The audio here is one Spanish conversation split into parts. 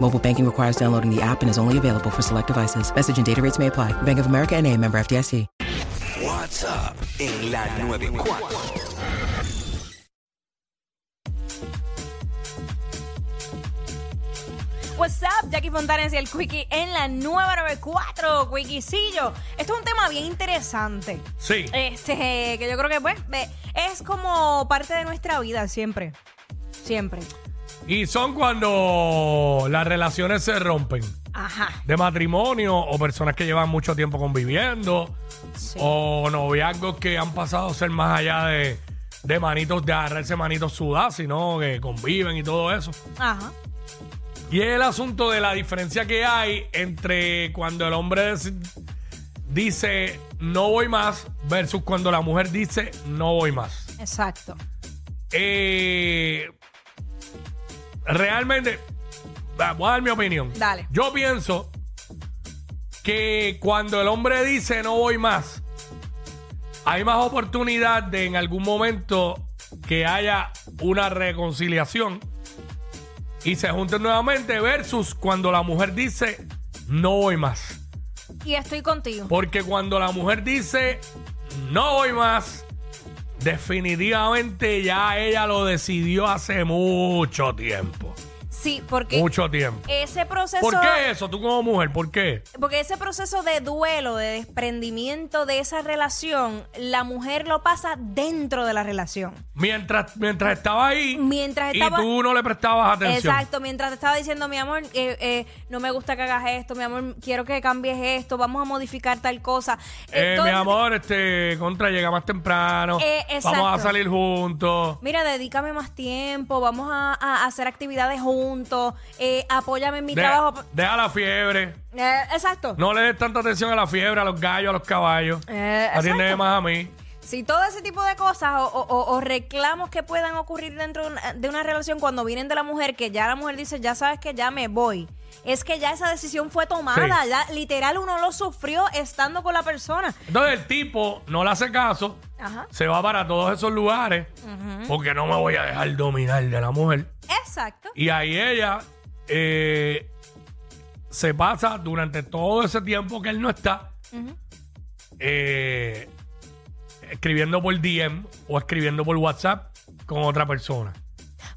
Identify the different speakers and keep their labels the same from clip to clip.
Speaker 1: Mobile banking requires downloading the app and is only available for select devices. Message and data rates may apply. Bank of America and a member FDIC.
Speaker 2: What's up en la 94.
Speaker 3: What's up, Jackie Fontanes y el Quickie en la nueva 94, Quickiecillo. Esto es un tema bien interesante.
Speaker 4: Sí.
Speaker 3: Este, que yo creo que pues, ve, es como parte de nuestra vida siempre. Siempre.
Speaker 4: Y son cuando las relaciones se rompen.
Speaker 3: Ajá.
Speaker 4: De matrimonio o personas que llevan mucho tiempo conviviendo.
Speaker 3: Sí.
Speaker 4: O noviazgos que han pasado a ser más allá de, de manitos, de agarrarse manitos sudados, sino que conviven y todo eso.
Speaker 3: Ajá.
Speaker 4: Y es el asunto de la diferencia que hay entre cuando el hombre des- dice no voy más versus cuando la mujer dice no voy más.
Speaker 3: Exacto.
Speaker 4: Eh, realmente, va, voy a dar mi opinión.
Speaker 3: Dale.
Speaker 4: Yo pienso que cuando el hombre dice no voy más, hay más oportunidad de en algún momento que haya una reconciliación y se junten nuevamente versus cuando la mujer dice no voy más.
Speaker 3: Y estoy contigo.
Speaker 4: Porque cuando la mujer dice no voy más, definitivamente ya ella lo decidió hace mucho tiempo.
Speaker 3: Sí, porque
Speaker 4: Mucho tiempo.
Speaker 3: ese proceso.
Speaker 4: ¿Por qué eso? Tú como mujer, ¿por qué?
Speaker 3: Porque ese proceso de duelo, de desprendimiento de esa relación, la mujer lo pasa dentro de la relación.
Speaker 4: Mientras, mientras estaba ahí
Speaker 3: Mientras estaba-
Speaker 4: y tú no le prestabas atención.
Speaker 3: Exacto, mientras te estaba diciendo, mi amor, eh, eh, no me gusta que hagas esto, mi amor, quiero que cambies esto, vamos a modificar tal cosa.
Speaker 4: Eh, mi
Speaker 3: Entonces,
Speaker 4: amor, este, contra, llega más temprano.
Speaker 3: Eh, exacto.
Speaker 4: Vamos a salir juntos.
Speaker 3: Mira, dedícame más tiempo, vamos a, a hacer actividades juntos, eh, apóyame en mi
Speaker 4: Deja-
Speaker 3: trabajo.
Speaker 4: deja la fiebre.
Speaker 3: Eh, exacto.
Speaker 4: No le des tanta atención a la fiebre, a los gallos, a los caballos.
Speaker 3: Eh,
Speaker 4: Atiende
Speaker 3: exacto.
Speaker 4: más a mí.
Speaker 3: Si todo ese tipo de cosas o, o- o- o reclamos que puedan ocurrir dentro de una, de una relación cuando vienen de la mujer, que ya la mujer dice, ya sabes que ya me voy. Es que ya esa decisión fue tomada,
Speaker 4: Sí.
Speaker 3: ya literal uno lo sufrió estando con la persona.
Speaker 4: Entonces el tipo no le hace caso,
Speaker 3: Ajá.
Speaker 4: se va para todos esos lugares, porque no me voy a dejar dominar de la mujer.
Speaker 3: Exacto.
Speaker 4: Y ahí ella eh, se pasa durante todo ese tiempo que él no está, eh, escribiendo por DM o escribiendo por WhatsApp con otra persona,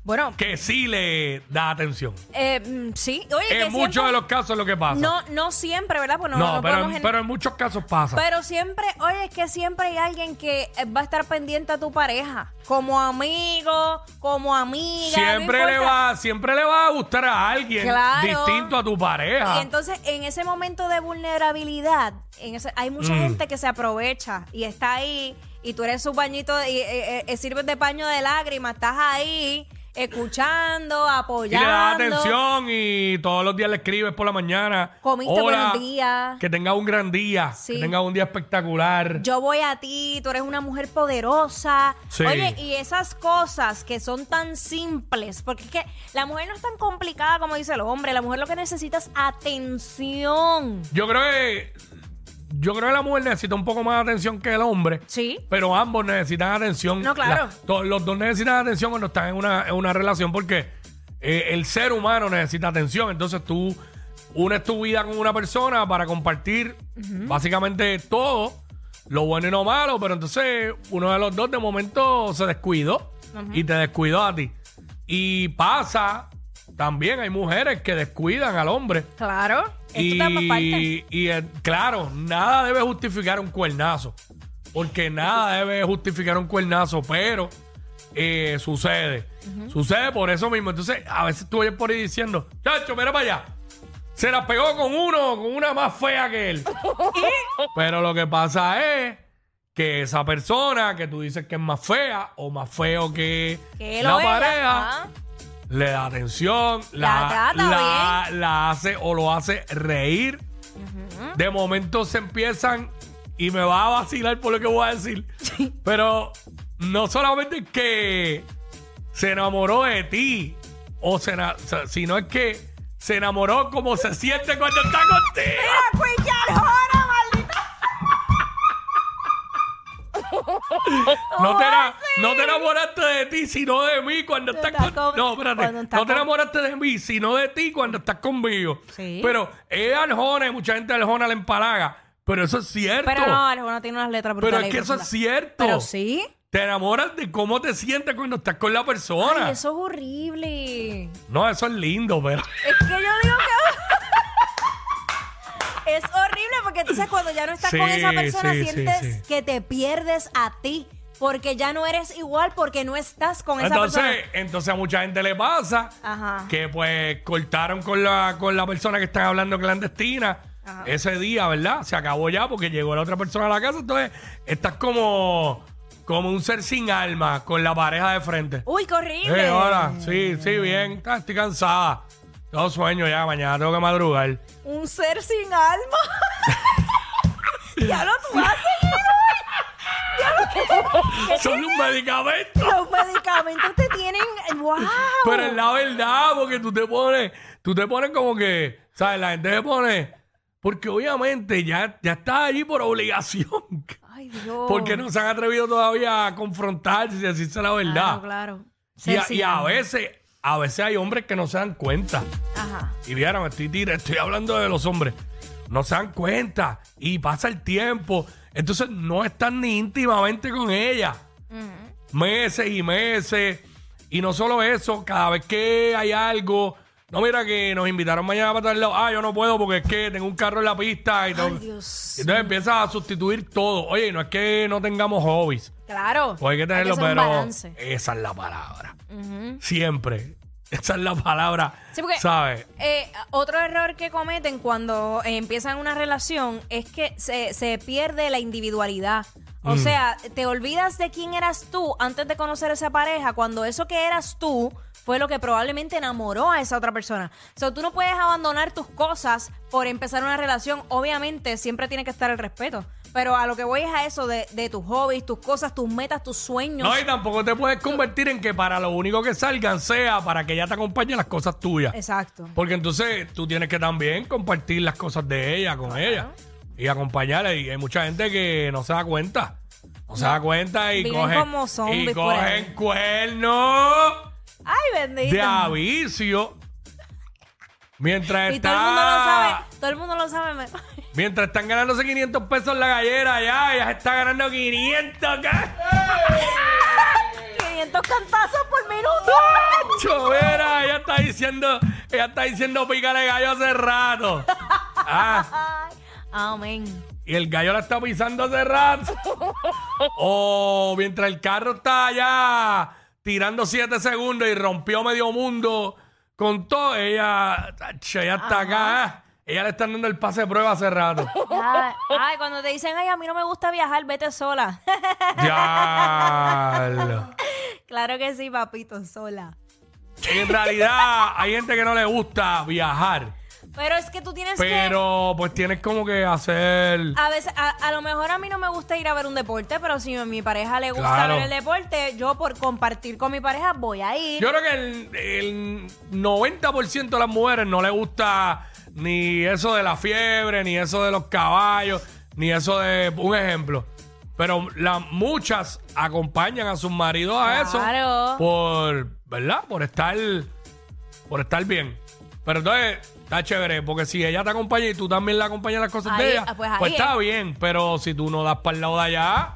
Speaker 3: Bueno,
Speaker 4: que sí le da atención.
Speaker 3: Eh, mm, sí, oye, que
Speaker 4: En muchos
Speaker 3: siempre-
Speaker 4: de los casos es lo que pasa.
Speaker 3: no, no siempre, ¿verdad? Pues no,
Speaker 4: No,
Speaker 3: no
Speaker 4: pero,
Speaker 3: podemos gen-
Speaker 4: pero en muchos casos pasa.
Speaker 3: pero siempre, oye, es que siempre hay alguien que eh, va a estar pendiente a tu pareja, como amigo, como amiga. no
Speaker 4: siempre le
Speaker 3: importa.
Speaker 4: va siempre le va a gustar a alguien
Speaker 3: Claro.
Speaker 4: distinto a tu pareja
Speaker 3: Y entonces, en ese momento de vulnerabilidad, en ese- hay mucha
Speaker 4: Mm.
Speaker 3: gente que se aprovecha y está ahí, y tú eres su pañito, y eh, eh, eh, sirves de paño de lágrimas, estás ahí, escuchando,
Speaker 4: Y le das
Speaker 3: apoyando.
Speaker 4: atención y todos los días le escribes por la mañana
Speaker 3: Comiste,
Speaker 4: hola,
Speaker 3: buenos días.
Speaker 4: que tenga un gran día
Speaker 3: Sí.
Speaker 4: que tenga un día espectacular
Speaker 3: yo voy a ti, tú eres una mujer poderosa.
Speaker 4: Sí.
Speaker 3: Oye, y esas cosas que son tan simples, porque es que la mujer no es tan complicada como dice el hombre, la mujer lo que necesita es atención.
Speaker 4: yo creo que yo creo que la mujer necesita un poco más de atención que el hombre
Speaker 3: Sí.
Speaker 4: pero ambos necesitan atención
Speaker 3: No, claro.
Speaker 4: La- to- los dos necesitan atención cuando están en una, en una relación porque eh, el ser humano necesita atención entonces tú unes tu vida con una persona para compartir básicamente todo lo bueno y lo malo pero entonces uno de los dos de momento se descuidó y te descuidó a ti y pasa también hay mujeres que descuidan al hombre
Speaker 3: Claro. Esto
Speaker 4: y,
Speaker 3: también parte.
Speaker 4: y, eh, claro, nada debe justificar un cuernazo. Porque nada debe justificar un cuernazo, pero eh, sucede. Sucede por eso mismo. Entonces, a veces tú oyes por ahí diciendo, chacho, mira para allá. Se la pegó con uno, con una más fea que él. Pero lo que pasa es que esa persona que tú dices que es más fea o más feo que,
Speaker 3: Que él
Speaker 4: la
Speaker 3: o ella,
Speaker 4: pareja,
Speaker 3: ah.
Speaker 4: le da atención,
Speaker 3: La
Speaker 4: la,
Speaker 3: trata
Speaker 4: la- la hace o lo hace reír. De momento se empiezan y me va a vacilar por lo que voy a decir. Pero no solamente que se enamoró de ti, o se, ena- se- sino es que se enamoró como se siente cuando está contigo.
Speaker 3: Pues ya ahora, maldita.
Speaker 4: No
Speaker 3: Oh,
Speaker 4: te, ena- no te enamoraste de ti, sino de mí cuando estás
Speaker 3: estás
Speaker 4: con-
Speaker 3: con-
Speaker 4: No, espérate.
Speaker 3: cuando estás
Speaker 4: No te
Speaker 3: con-
Speaker 4: enamoraste de mí, sino de ti cuando estás conmigo.
Speaker 3: Sí.
Speaker 4: Pero es aljona y mucha gente aljona la empalaga. Pero eso es cierto.
Speaker 3: Pero no, Arjona tiene unas letras
Speaker 4: Pero
Speaker 3: brutales.
Speaker 4: es que
Speaker 3: y
Speaker 4: eso es
Speaker 3: profundas.
Speaker 4: cierto.
Speaker 3: Pero sí.
Speaker 4: Te enamoras de cómo te sientes cuando estás con la persona.
Speaker 3: Ay, eso es horrible.
Speaker 4: No, eso es lindo, pero.
Speaker 3: Es que yo digo que es horrible porque entonces cuando ya no estás
Speaker 4: Sí,
Speaker 3: con esa persona
Speaker 4: sí, sí,
Speaker 3: sientes
Speaker 4: sí.
Speaker 3: que te pierdes a ti porque ya no eres igual porque no estás con esa
Speaker 4: Entonces,
Speaker 3: persona.
Speaker 4: entonces a mucha gente le pasa
Speaker 3: Ajá.
Speaker 4: que pues cortaron con la, con la persona que están hablando clandestina
Speaker 3: Ajá.
Speaker 4: ese día, ¿verdad? Se acabó ya porque llegó la otra persona a la casa, entonces estás como, como un ser sin alma con la pareja de frente.
Speaker 3: Uy, qué horrible.
Speaker 4: Eh, hola, sí, sí, bien, Ah, estoy cansada. Tengo sueño ya, mañana tengo que madrugar.
Speaker 3: Un ser sin alma. ya no tú vas a seguir.
Speaker 4: Son un medicamento.
Speaker 3: Los medicamentos te tienen. ¡Wow!
Speaker 4: Pero es la verdad, porque tú te pones, tú te pones como que, ¿sabes? La gente se pone, porque obviamente ya, ya estás allí por obligación.
Speaker 3: Ay, Dios.
Speaker 4: Porque no se han atrevido todavía a confrontarse y decirse la
Speaker 3: Claro,
Speaker 4: verdad.
Speaker 3: claro.
Speaker 4: Y a-
Speaker 3: Ser
Speaker 4: y,
Speaker 3: sin
Speaker 4: a,
Speaker 3: alma.
Speaker 4: veces, a veces hay hombres que no se dan cuenta.
Speaker 3: Ajá.
Speaker 4: Y vieron, estoy, tira- estoy hablando de los hombres. No se dan cuenta. Y pasa el tiempo. Entonces no están ni íntimamente con ella. Meses y meses. Y no solo eso, cada vez que hay algo. No, mira que nos invitaron mañana para tal lado. Ah, yo no puedo porque es que tengo un carro en la pista y
Speaker 3: Ay,
Speaker 4: todo.
Speaker 3: Dios.
Speaker 4: Entonces empiezas a sustituir todo. Oye, y no es que no tengamos hobbies.
Speaker 3: Claro.
Speaker 4: Pues hay que tenerlo,
Speaker 3: hacer un
Speaker 4: pero
Speaker 3: balance.
Speaker 4: esa es la palabra. Siempre. Esa es la palabra.
Speaker 3: Sí, porque-
Speaker 4: ¿Sabes?
Speaker 3: Eh, otro error que cometen cuando eh, empiezan una relación es que se, se pierde la individualidad.
Speaker 4: Mm.
Speaker 3: O sea, te olvidas de quién eras tú antes de conocer esa pareja, cuando eso que eras tú fue lo que probablemente enamoró a esa otra persona. O sea, tú no puedes abandonar tus cosas por empezar una relación. Obviamente, siempre tiene que estar el respeto. Pero a lo que voy es a eso de, de tus hobbies, tus cosas, tus metas, tus sueños.
Speaker 4: No, y tampoco te puedes convertir en que para lo único que salgan sea para que ella te acompañe en las cosas tuyas.
Speaker 3: Exacto.
Speaker 4: Porque entonces tú tienes que también compartir las cosas de ella con ella y acompañarla. Y hay mucha gente que no se da cuenta. No se da cuenta y
Speaker 3: Viven
Speaker 4: cogen,
Speaker 3: como zombies
Speaker 4: y
Speaker 3: por ahí.
Speaker 4: cogen cuernos
Speaker 3: Ay, bendito.
Speaker 4: de avicio. Mientras
Speaker 3: Y
Speaker 4: está...
Speaker 3: todo el mundo lo sabe, todo el mundo lo sabe. me-
Speaker 4: Mientras están ganándose 500 pesos la gallera, ya, ya se está ganando 500 acá.
Speaker 3: 500 cantazos por minuto.
Speaker 4: Chovera, ella está diciendo, ella está diciendo pícale gallo hace rato. Ah,
Speaker 3: Ay, Amén.
Speaker 4: y el gallo la está pisando hace rato. O mientras el carro está allá tirando 7 segundos y rompió medio mundo con todo, ella, tacho, ella está acá. ah. Ella le están dando el pase de prueba hace rato.
Speaker 3: Ya. Ay, cuando te dicen, ay, a mí no me gusta viajar, vete sola.
Speaker 4: Diablo.
Speaker 3: claro que sí, papito, sola.
Speaker 4: En realidad hay gente que no le gusta viajar,
Speaker 3: Pero es que tú tienes
Speaker 4: pero pues tienes como que hacer...
Speaker 3: que... A veces, a, a lo mejor a mí no me gusta ir a ver un deporte, pero si a mi pareja le gusta
Speaker 4: Claro.
Speaker 3: ver el deporte, yo por compartir con mi pareja voy a ir.
Speaker 4: Yo creo que el, el 90% de las mujeres no les gusta ni eso de la fiebre, ni eso de los caballos, ni eso de un ejemplo. Pero las muchas acompañan a sus maridos a
Speaker 3: Claro.
Speaker 4: eso por, ¿verdad? Por estar por estar bien. Pero entonces está chévere, porque si ella te acompaña y tú también la acompañas en las cosas
Speaker 3: Ahí,
Speaker 4: de ella,
Speaker 3: ah, pues ahí
Speaker 4: está
Speaker 3: es.
Speaker 4: bien. Pero si tú no das para el lado de allá,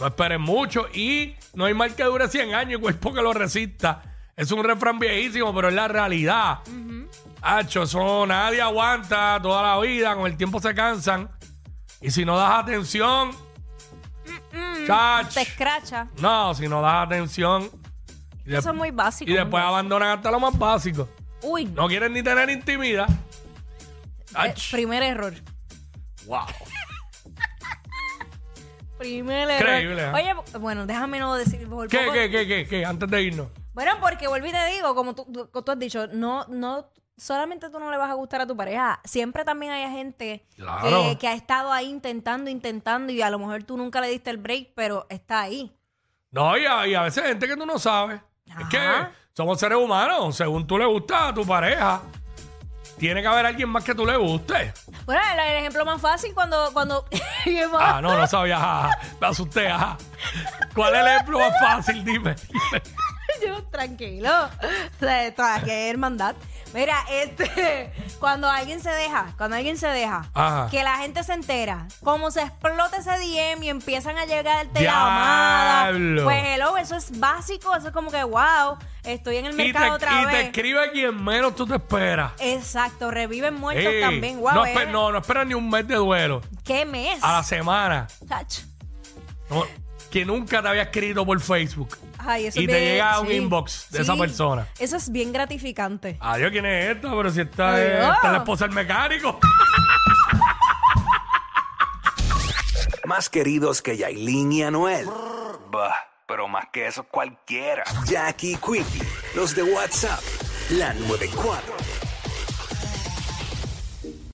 Speaker 4: no esperes mucho y no hay mal que dure 100 años y cuerpo que lo resista. Es un refrán viejísimo, pero es la realidad. Hacho, eso nadie aguanta toda la vida, con el tiempo se cansan. Y si no das atención, Chach.
Speaker 3: te escracha.
Speaker 4: No, si no das atención. y de-
Speaker 3: Eso es muy básico.
Speaker 4: Y después
Speaker 3: muy
Speaker 4: abandonan hasta lo más básico.
Speaker 3: básico. Uy,
Speaker 4: No quieren ni tener intimidad.
Speaker 3: eh,
Speaker 4: Ach,
Speaker 3: primer error.
Speaker 4: wow.
Speaker 3: Primer error.
Speaker 4: Increíble, ¿eh?
Speaker 3: Oye, bueno, déjame no decir. por
Speaker 4: ¿Qué,
Speaker 3: poco-
Speaker 4: qué, qué, qué, qué? Antes de irnos.
Speaker 3: Bueno, porque vuelvo y te digo, como tú, tú- tú has dicho, no, no, solamente tú no le vas a gustar a tu pareja. Siempre también hay gente
Speaker 4: Claro.
Speaker 3: que, que ha estado ahí intentando, intentando, y a lo mejor tú nunca le diste el break, pero está ahí.
Speaker 4: No, y a, y a veces gente que tú no sabes. Es que
Speaker 3: Ajá.
Speaker 4: somos seres humanos. Según tú le gusta a tu pareja, tiene que haber alguien más que tú le guste.
Speaker 3: Bueno, el, el ejemplo más fácil cuando, cuando
Speaker 4: Ah, no, no sabía. ajá, ajá. Me asusté. ajá. ¿Cuál es el ejemplo más fácil? Dime.
Speaker 3: yo tranquilo. O sea, esto aquí hay hermandad. Mira, este, cuando alguien se deja, cuando alguien se deja,
Speaker 4: Ajá.
Speaker 3: que la gente se entera, como se explota ese DM y empiezan a llegarte llamadas.
Speaker 4: ¡Diablo!
Speaker 3: Pues hello, eso es básico, eso es como que wow, estoy en el
Speaker 4: Y
Speaker 3: mercado
Speaker 4: te,
Speaker 3: otra
Speaker 4: y te
Speaker 3: vez.
Speaker 4: escribe quien menos tú te esperas.
Speaker 3: Exacto, reviven muertos
Speaker 4: Ey,
Speaker 3: también, wow.
Speaker 4: no,
Speaker 3: eh.
Speaker 4: espe- no, no esperas ni un mes de duelo.
Speaker 3: ¿Qué mes?
Speaker 4: A la semana.
Speaker 3: Chacho.
Speaker 4: No, que nunca te había escrito por Facebook.
Speaker 3: Ay, eso
Speaker 4: Y
Speaker 3: es
Speaker 4: te
Speaker 3: bien-
Speaker 4: llega un
Speaker 3: sí.
Speaker 4: inbox de esa
Speaker 3: Sí.
Speaker 4: persona.
Speaker 3: Eso es bien gratificante.
Speaker 4: Adiós, ¿quién es esta? Pero si está,
Speaker 3: Adiós.
Speaker 4: eh, está la esposa del mecánico.
Speaker 2: Más queridos que Yailin y Anuel. Bah, pero más que eso cualquiera. Jackie Quickie, los de WhatsApp, la 94.